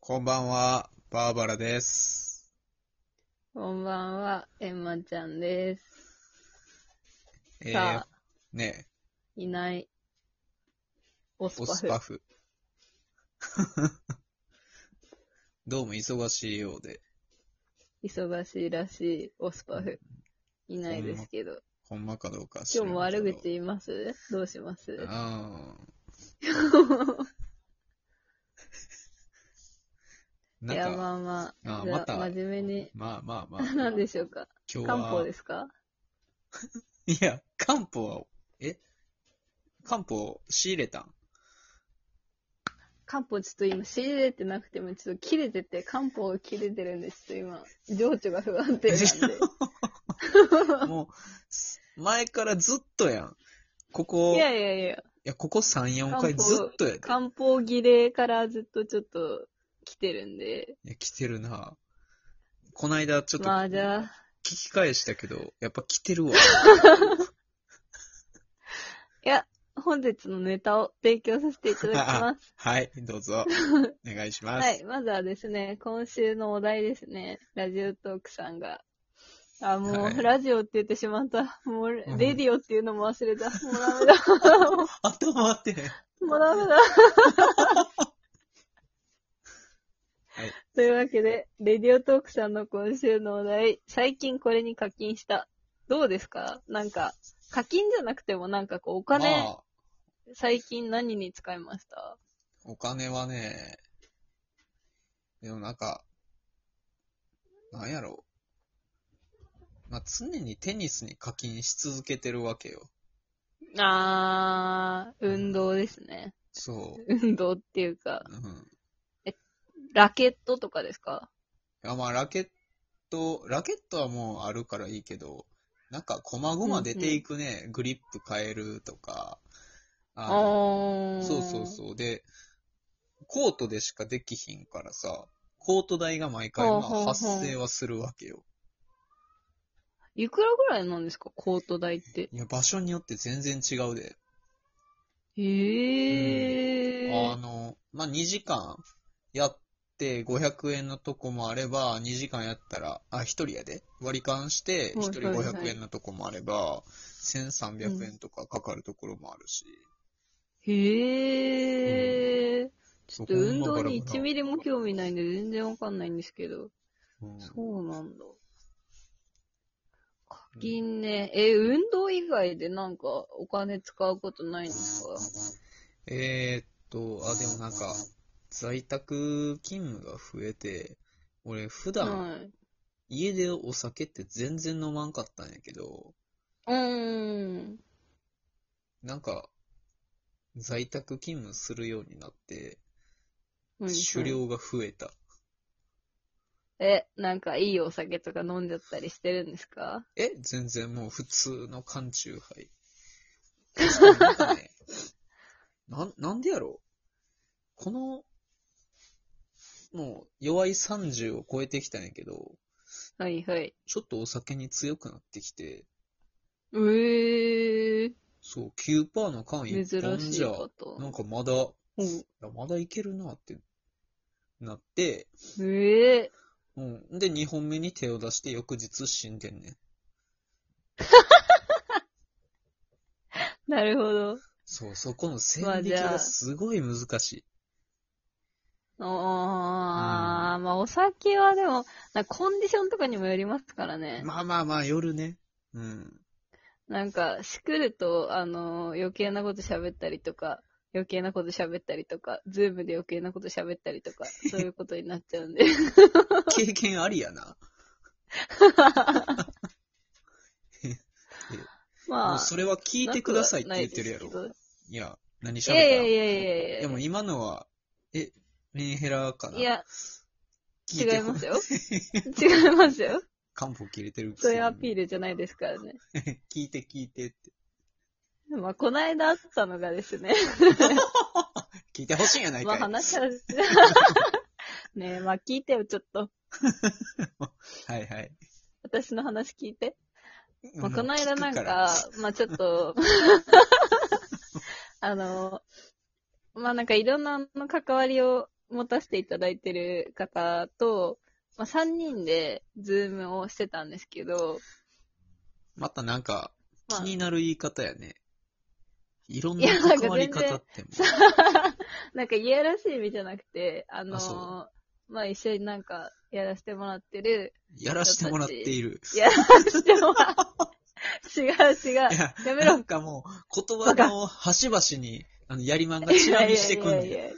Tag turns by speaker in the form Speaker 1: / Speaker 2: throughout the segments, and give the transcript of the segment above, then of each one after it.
Speaker 1: こんばんは、バーバラです。
Speaker 2: こんばんは、エンマちゃんです。
Speaker 1: えー
Speaker 2: さあ、、
Speaker 1: ね
Speaker 2: いない。オス
Speaker 1: オ
Speaker 2: パ
Speaker 1: ス
Speaker 2: フ。
Speaker 1: パ フ。どうも忙しいようで、
Speaker 2: 忙しいらしい、オスパフ。いないですけど。
Speaker 1: ほんまかどうか知らんけ
Speaker 2: 今日も
Speaker 1: ど
Speaker 2: 悪口言いますどうします
Speaker 1: うん。
Speaker 2: い
Speaker 1: な
Speaker 2: や、
Speaker 1: んか、
Speaker 2: まあま
Speaker 1: あ
Speaker 2: あ。
Speaker 1: ー
Speaker 2: じゃあ
Speaker 1: また
Speaker 2: 真面目に。
Speaker 1: まあまあまあ、
Speaker 2: 何でしょうか
Speaker 1: 今日
Speaker 2: 漢方
Speaker 1: は
Speaker 2: で、すか
Speaker 1: いや、漢方は、え漢方仕入れ たん
Speaker 2: 漢方ちょっと今仕入れてなくてもちょっと切れてて、漢方が切れてるんで、ちょっと今、情緒が不安定な んで。
Speaker 1: もう、前からずっとやん。こ
Speaker 2: い
Speaker 1: こ、いや、
Speaker 2: やいやいや、
Speaker 1: ここ3、4回ずっとやで。
Speaker 2: 漢方儀礼からずっとちょっと来てるんで。
Speaker 1: いや、来てるな。こないだちょっと
Speaker 2: まあじゃ
Speaker 1: 聞
Speaker 2: あ、
Speaker 1: き返したけど、やっぱ来て るわ。
Speaker 2: いや、本日のネタを提供させていただき ます。
Speaker 1: はい、どうぞ。お願いします。
Speaker 2: はい、まずはですね、今週のお題ですね、ラジオトークさんが。あ、もう、
Speaker 1: はい
Speaker 2: ラジオって言ってしまった。もう、レ
Speaker 1: うん
Speaker 2: レディオっていうのも忘 れた。もうダメだ。
Speaker 1: 頭回ってへん。
Speaker 2: もうダメだ。
Speaker 1: い
Speaker 2: というわけで、レディオトークさんの今週のお題、最近これに課金した。どうですかなんか、課金じゃなくてもなんかこう、お金、
Speaker 1: まあ、
Speaker 2: 最近何に使いました
Speaker 1: お金はね、でもなんか、なんやろう。まあ、常にテニスに課金し続けてるわけよ。
Speaker 2: あー、運動ですね。
Speaker 1: そ
Speaker 2: 運動っていうか、
Speaker 1: う。うん。
Speaker 2: ラケットとかですか
Speaker 1: いや、まあ、ラケット、ラケットはもうあるからいいけど、なんか、こまごま出ていくね、グリップ変えるとか、あの
Speaker 2: おー。
Speaker 1: そうそうそう。で、コートでしかできひんからさ、コート代が毎回、ま
Speaker 2: ほ
Speaker 1: あ
Speaker 2: うほうほう
Speaker 1: 発生はするわけよ。
Speaker 2: いくらぐらいなんですかコート代って。
Speaker 1: いや、場所によって全然違うで。
Speaker 2: へ
Speaker 1: あ
Speaker 2: ー。
Speaker 1: の、まあ、2時間やって500円のとこもあれば、2時間やったら、あ、1人やで。割り勘して、1
Speaker 2: はい
Speaker 1: 人
Speaker 2: はいはい
Speaker 1: 500円のとこもあれば、1300円とかかかるところもあるし。
Speaker 2: へー。ちょっと運動に
Speaker 1: そこ
Speaker 2: 1
Speaker 1: もバラバラ
Speaker 2: ミリも興味ないんで全然わかんないんですけど。
Speaker 1: うん
Speaker 2: そうなんだ。課金ね。え、運動以外でなんかお金使うことないんですか
Speaker 1: えーっと、あ、でもなんか、在宅勤務が増えて、俺普段
Speaker 2: はい。
Speaker 1: 家でお酒って全然飲まんかったんやけど、
Speaker 2: うーん。
Speaker 1: なんか、在宅勤務するようになって、
Speaker 2: うん
Speaker 1: 酒量が増えた。
Speaker 2: え、なんかいいお酒とか飲んじゃったりしてるんですか
Speaker 1: え全然もう普通の缶チュー ハイ。確かになんかねなん、なんでやろうこの、もう弱い30を超えてきたんやけど、
Speaker 2: はいはい。
Speaker 1: ちょっとお酒に強くなってきて、
Speaker 2: うえー、
Speaker 1: そう、9%の缶
Speaker 2: 珍
Speaker 1: 1本
Speaker 2: しい
Speaker 1: じゃ、
Speaker 2: こと。
Speaker 1: なんかまだ、い
Speaker 2: うん
Speaker 1: やまだいけるなってなって、
Speaker 2: え
Speaker 1: うん。で、2本目に手を出して翌日死んでんねん。
Speaker 2: ー、なるほど。
Speaker 1: そう、そこの線
Speaker 2: まあ
Speaker 1: 引き
Speaker 2: じゃあ
Speaker 1: がすごい難しい。
Speaker 2: あー、まあお酒はでも、なんかコンディションとかにもよりますからね。
Speaker 1: まあまあまあ、夜ね。 うん。
Speaker 2: なんか、しくると、あのー余計なこと喋ったりとか、余計なこと喋ったりとか、ズームで余計なこと喋ったりとか、そういうことになっちゃう んで。
Speaker 1: 経験ありやな。も
Speaker 2: ま
Speaker 1: う
Speaker 2: あ、
Speaker 1: それは聞いてくださいって言ってるやろ
Speaker 2: なく。はない
Speaker 1: や、何
Speaker 2: です
Speaker 1: 喋
Speaker 2: けどいや
Speaker 1: っ
Speaker 2: いや
Speaker 1: た
Speaker 2: いやいやいや。
Speaker 1: でも今のは、え、メンヘラかない
Speaker 2: や、
Speaker 1: 聞い
Speaker 2: 違
Speaker 1: て
Speaker 2: い
Speaker 1: ほ
Speaker 2: ますよ。違いますよ。
Speaker 1: 漢方切れてるくせ
Speaker 2: そう
Speaker 1: に
Speaker 2: いうアピールじゃないですからね。
Speaker 1: 聞いて聞いてって。
Speaker 2: まあ、こないだあったのがですね、
Speaker 1: 聞いてほしいんやない
Speaker 2: ま
Speaker 1: か
Speaker 2: あ
Speaker 1: い。
Speaker 2: 話は、ねえ、 まあ聞いてよ、ちょっと。
Speaker 1: はいはい。
Speaker 2: 私の話聞いて。まあ、こないだ
Speaker 1: 聞く
Speaker 2: なんか、
Speaker 1: ら
Speaker 2: まあちょっと、 あの、まあなんかいろんなあの関わりを持たせていただいてる方と、まあ、3人でズームをしてたんですけど、
Speaker 1: またなんか、
Speaker 2: ま
Speaker 1: 気
Speaker 2: あ、
Speaker 1: になる言い方やね。いろんない
Speaker 2: やなんか
Speaker 1: 関わり方っても。
Speaker 2: なんかいやらしい意味じゃなくて、あの
Speaker 1: あ
Speaker 2: ー
Speaker 1: そ
Speaker 2: まあ、一緒になんかやらせてもらってる、
Speaker 1: やらしてもらっている。
Speaker 2: やらせてもら違う違う。
Speaker 1: い
Speaker 2: や
Speaker 1: や
Speaker 2: め
Speaker 1: な
Speaker 2: ろ。
Speaker 1: んかもう、言葉の端々に、あの、やりまんがチラ見してくん
Speaker 2: いやいや
Speaker 1: で。
Speaker 2: いやいや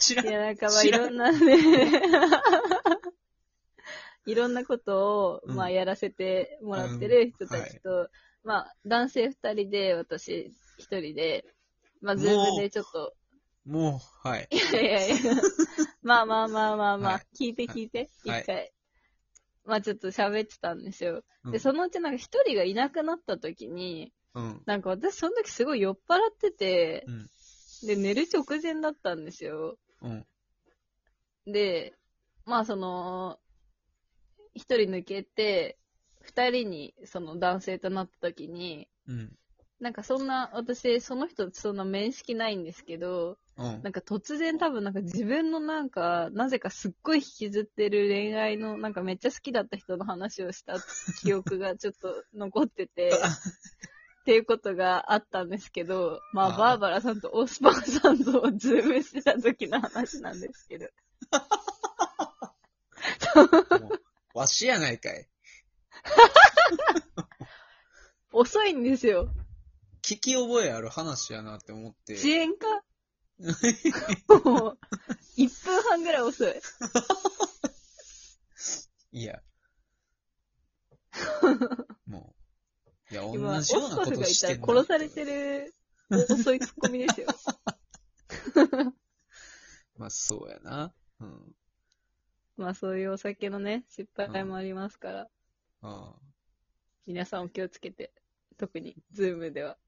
Speaker 1: チラ
Speaker 2: いや、なんかまあ
Speaker 1: 知
Speaker 2: い
Speaker 1: らん
Speaker 2: ろんなね、 いろんなことを、
Speaker 1: うん
Speaker 2: まあやらせてもらってる人たちと、まあ男性二人で、私一人で、まあズームでちょっと、
Speaker 1: もう、はい。
Speaker 2: いや いやいや、まあまあまあまあまあ、
Speaker 1: は
Speaker 2: 聞いて聞いて、一、
Speaker 1: はい
Speaker 2: 回。まあちょっと喋ってたんですよ。
Speaker 1: うん
Speaker 2: で、そのうちなんか一人がいなくなった時に、
Speaker 1: うん。
Speaker 2: なんか私その時すごい酔っ払ってて、
Speaker 1: うん
Speaker 2: で、寝る直前だったんですよ。
Speaker 1: うん。
Speaker 2: で、まあその、一人抜けて、二人にその男性となった時に、
Speaker 1: うん。
Speaker 2: なんかそんな、私、その人とそんな面識ないんですけど、
Speaker 1: うん
Speaker 2: な。んか突然多分なんか自分のなんか、なぜかすっごい引きずってる恋愛の、なんかめっちゃ好きだった人の話をした記憶がちょっと残 ってて、っていうことがあったんですけど、まあ
Speaker 1: あー
Speaker 2: バーバラさんとオスパンさんとズームしてた時の話なんですけど。
Speaker 1: もうわしやないかい。
Speaker 2: 遅いんですよ。
Speaker 1: 聞き覚えある話やなって思って。
Speaker 2: 遅延 かもう、1分半ぐらい遅い。
Speaker 1: い や。もう。いや、同じよう
Speaker 2: 今、オ
Speaker 1: な
Speaker 2: スパ
Speaker 1: こ
Speaker 2: フ
Speaker 1: と
Speaker 2: がい
Speaker 1: したて
Speaker 2: ら
Speaker 1: んな
Speaker 2: 殺されてる遅いツッコミ ですよ。
Speaker 1: まあ、そうやな。うん。
Speaker 2: まあそういうお酒のね、失敗もありますから、
Speaker 1: ああ
Speaker 2: 皆さんお気をつけて、特に、ズームでは。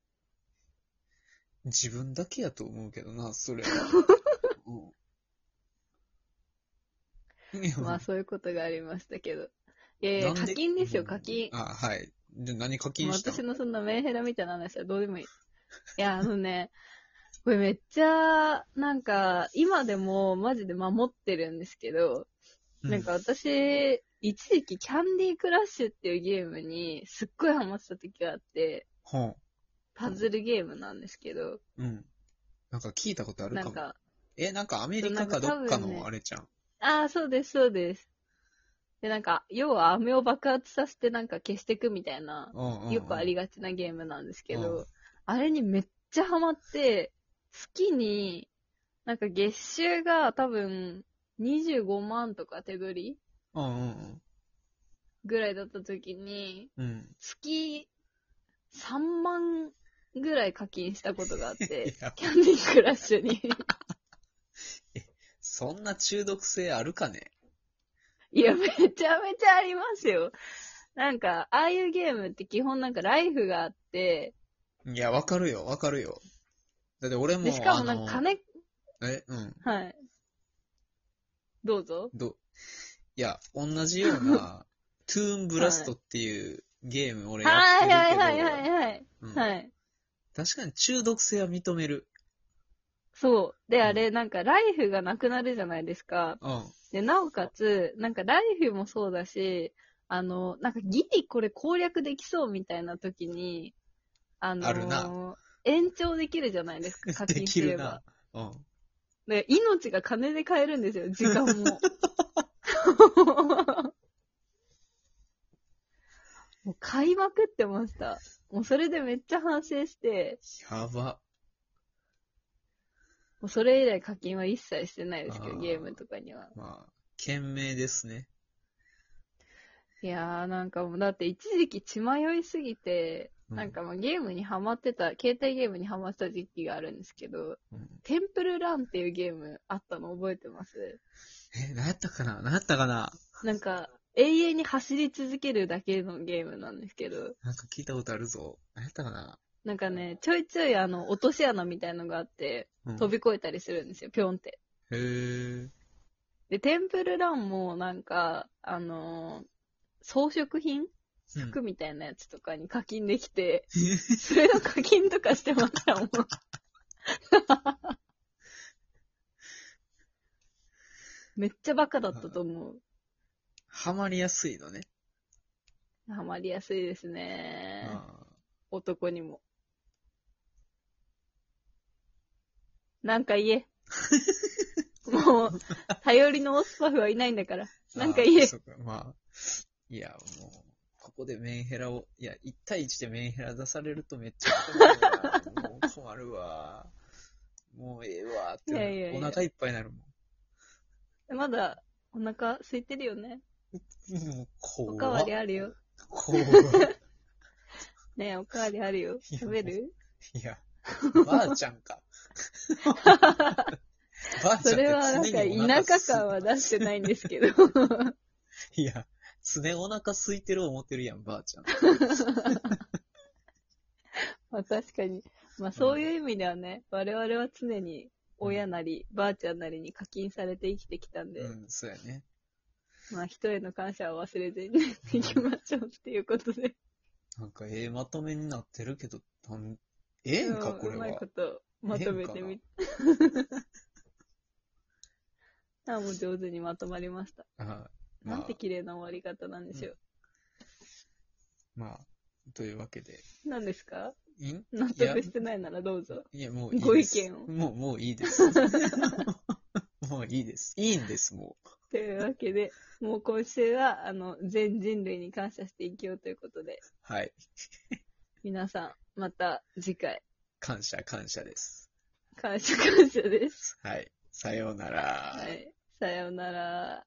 Speaker 1: 自分だけやと思うけどな、そ れは。うん。いや
Speaker 2: まあそういうことがありましたけど。いやいや、
Speaker 1: なん
Speaker 2: 課金ですよ、課金。
Speaker 1: あ、はい。で、何課金
Speaker 2: もう
Speaker 1: した
Speaker 2: 私
Speaker 1: の
Speaker 2: のそんなメンヘラみたいな話はどうでもいい。いや、あのね、これめっちゃ、なんか、今でもマジで守ってるんですけど、なんか、私、一時期キャンディークラッシュっていうゲームにすっごいハマってた時があって、
Speaker 1: ほん。
Speaker 2: パズルゲームなんですけど、
Speaker 1: うん。なんか聞いたことある
Speaker 2: な
Speaker 1: か
Speaker 2: ん
Speaker 1: も。
Speaker 2: か、
Speaker 1: え、なんかアメリカかどっか
Speaker 2: なんか多分ね
Speaker 1: のあれじゃん。
Speaker 2: ああ、そうです、そうです。で、なんか、要は飴を爆発させてなんか消してくみたいな、
Speaker 1: うんうんうん
Speaker 2: よくありがちなゲームなんですけ
Speaker 1: う
Speaker 2: ど、あれにめっちゃハマって、月に、なんか月収が多分25万とか手取り
Speaker 1: うんうん
Speaker 2: ぐらいだった時に、
Speaker 1: うん。うん。
Speaker 2: 月3万ぐらい課金したことがあっ
Speaker 1: い、
Speaker 2: て
Speaker 1: や、
Speaker 2: キャンディークラッシュに。
Speaker 1: そんな中毒性あるかね
Speaker 2: いや、めちゃめちゃありますよ。なんか、ああいうゲームって基本なんかライフがあって、
Speaker 1: いや、わかるよ、わかるよ。だって俺も、
Speaker 2: で、しかもなんか
Speaker 1: あの
Speaker 2: 金、
Speaker 1: え、うん。
Speaker 2: はい。どうぞ。
Speaker 1: ど、いや、同じよう な、トゥーンブラストっていうゲーム俺やってる
Speaker 2: はい
Speaker 1: けど、
Speaker 2: はいはいはいはい。
Speaker 1: うん
Speaker 2: はい。
Speaker 1: 確かに中毒性は認める。
Speaker 2: そう。
Speaker 1: う
Speaker 2: で、
Speaker 1: ん
Speaker 2: あれ、なんかライフがなくなるじゃないですか。
Speaker 1: うん。
Speaker 2: で、なおかつ、なんかライフもそうだし、あの、なんかギリこれ攻略できそうみたいな時に、あの
Speaker 1: あるな
Speaker 2: 延長できるじゃないですか、課
Speaker 1: で
Speaker 2: 金す
Speaker 1: き
Speaker 2: れ
Speaker 1: る
Speaker 2: ば
Speaker 1: な。。うん。
Speaker 2: で、命が金で買えるんですよ、時 間も。もう買いまくってました。もうそれでめっちゃ反省して、
Speaker 1: やば。
Speaker 2: もうそれ以来課金は一切してないですけ
Speaker 1: あ
Speaker 2: ど、
Speaker 1: ー
Speaker 2: ゲームとかには。
Speaker 1: まあ、賢明ですね。
Speaker 2: いやーなんかもうだって一時期血迷いすぎて、
Speaker 1: うん
Speaker 2: なんかまあゲームにハマってた、携帯ゲームにハマってた時期があるんですけど、
Speaker 1: うん
Speaker 2: テンプルランっていうゲームあったの覚えてます
Speaker 1: え、何やったかな何やったかな
Speaker 2: なんか永遠に走り続けるだけのゲームなんですけど、
Speaker 1: なんか聞いたことあるぞ。何やったかな、
Speaker 2: なんかね、ちょいちょいあの落とし穴みたいのがあって、
Speaker 1: うん、
Speaker 2: 飛び越えたりするんですよ、ぴょんって。
Speaker 1: へー。
Speaker 2: で、テンプルランもなんか、あのー装飾品
Speaker 1: うん
Speaker 2: 服みたいなやつとかに課金できて、それの課金とかしてましたもん。 めっちゃバカだったと思う。
Speaker 1: ハマりやすいのね。
Speaker 2: ハマりやすいですね。
Speaker 1: あ
Speaker 2: 男にも。なんか言え。 もう、頼りのオスパフはいないんだから。
Speaker 1: ー
Speaker 2: なんか言え
Speaker 1: あーそうかまあ、いや、もう、ここでメンヘラを、いや、1対1でメンヘラ出されるとめっちゃ困るわ。もう困るわ。もうええわってなる
Speaker 2: いやいやいや
Speaker 1: お腹いっぱいになるも
Speaker 2: まだ、お腹空いてるよね。
Speaker 1: ん。もう怖
Speaker 2: お
Speaker 1: っ
Speaker 2: かわりあるよ。
Speaker 1: 怖っ
Speaker 2: ねえ、おかわりあるよ。
Speaker 1: いや
Speaker 2: 食べる
Speaker 1: いや、ばあちゃん か。ばあちゃん
Speaker 2: それはなん
Speaker 1: って常にお
Speaker 2: か
Speaker 1: 腹
Speaker 2: 田舎
Speaker 1: すい
Speaker 2: 感は出してないんですけど。
Speaker 1: いや、常お腹空いてる思ってるやん、ばあちゃん。
Speaker 2: まあ確かに。まあそういう意味ではね、我々は常に親なり、ばあちゃんなりに課金されて生きてきたんで、
Speaker 1: うん、そうやね。
Speaker 2: まあ人への感謝を忘れずにねいきましょうっていうことで。
Speaker 1: なんか、ええまとめになってるけど、なんええんか、
Speaker 2: うん
Speaker 1: これ
Speaker 2: う
Speaker 1: は
Speaker 2: まい。ことまとめてみて。 あもう上手にまとまりました。
Speaker 1: あまあ
Speaker 2: なんて綺麗な終わり方なんでしょう。
Speaker 1: まあ、というわけで。
Speaker 2: 何ですか
Speaker 1: いん
Speaker 2: 納得してないならどうぞ。
Speaker 1: いや、もういいです。
Speaker 2: ご意見を
Speaker 1: もう、もういい です。もういいです。いいんです、も
Speaker 2: というわけで、もう今週は、あの、全人類に感謝して生きようということで、
Speaker 1: う。はい。
Speaker 2: 皆さん、また次回、
Speaker 1: 感謝、感謝です。
Speaker 2: 感謝感謝です。
Speaker 1: はい。さようなら。
Speaker 2: はい。さようなら。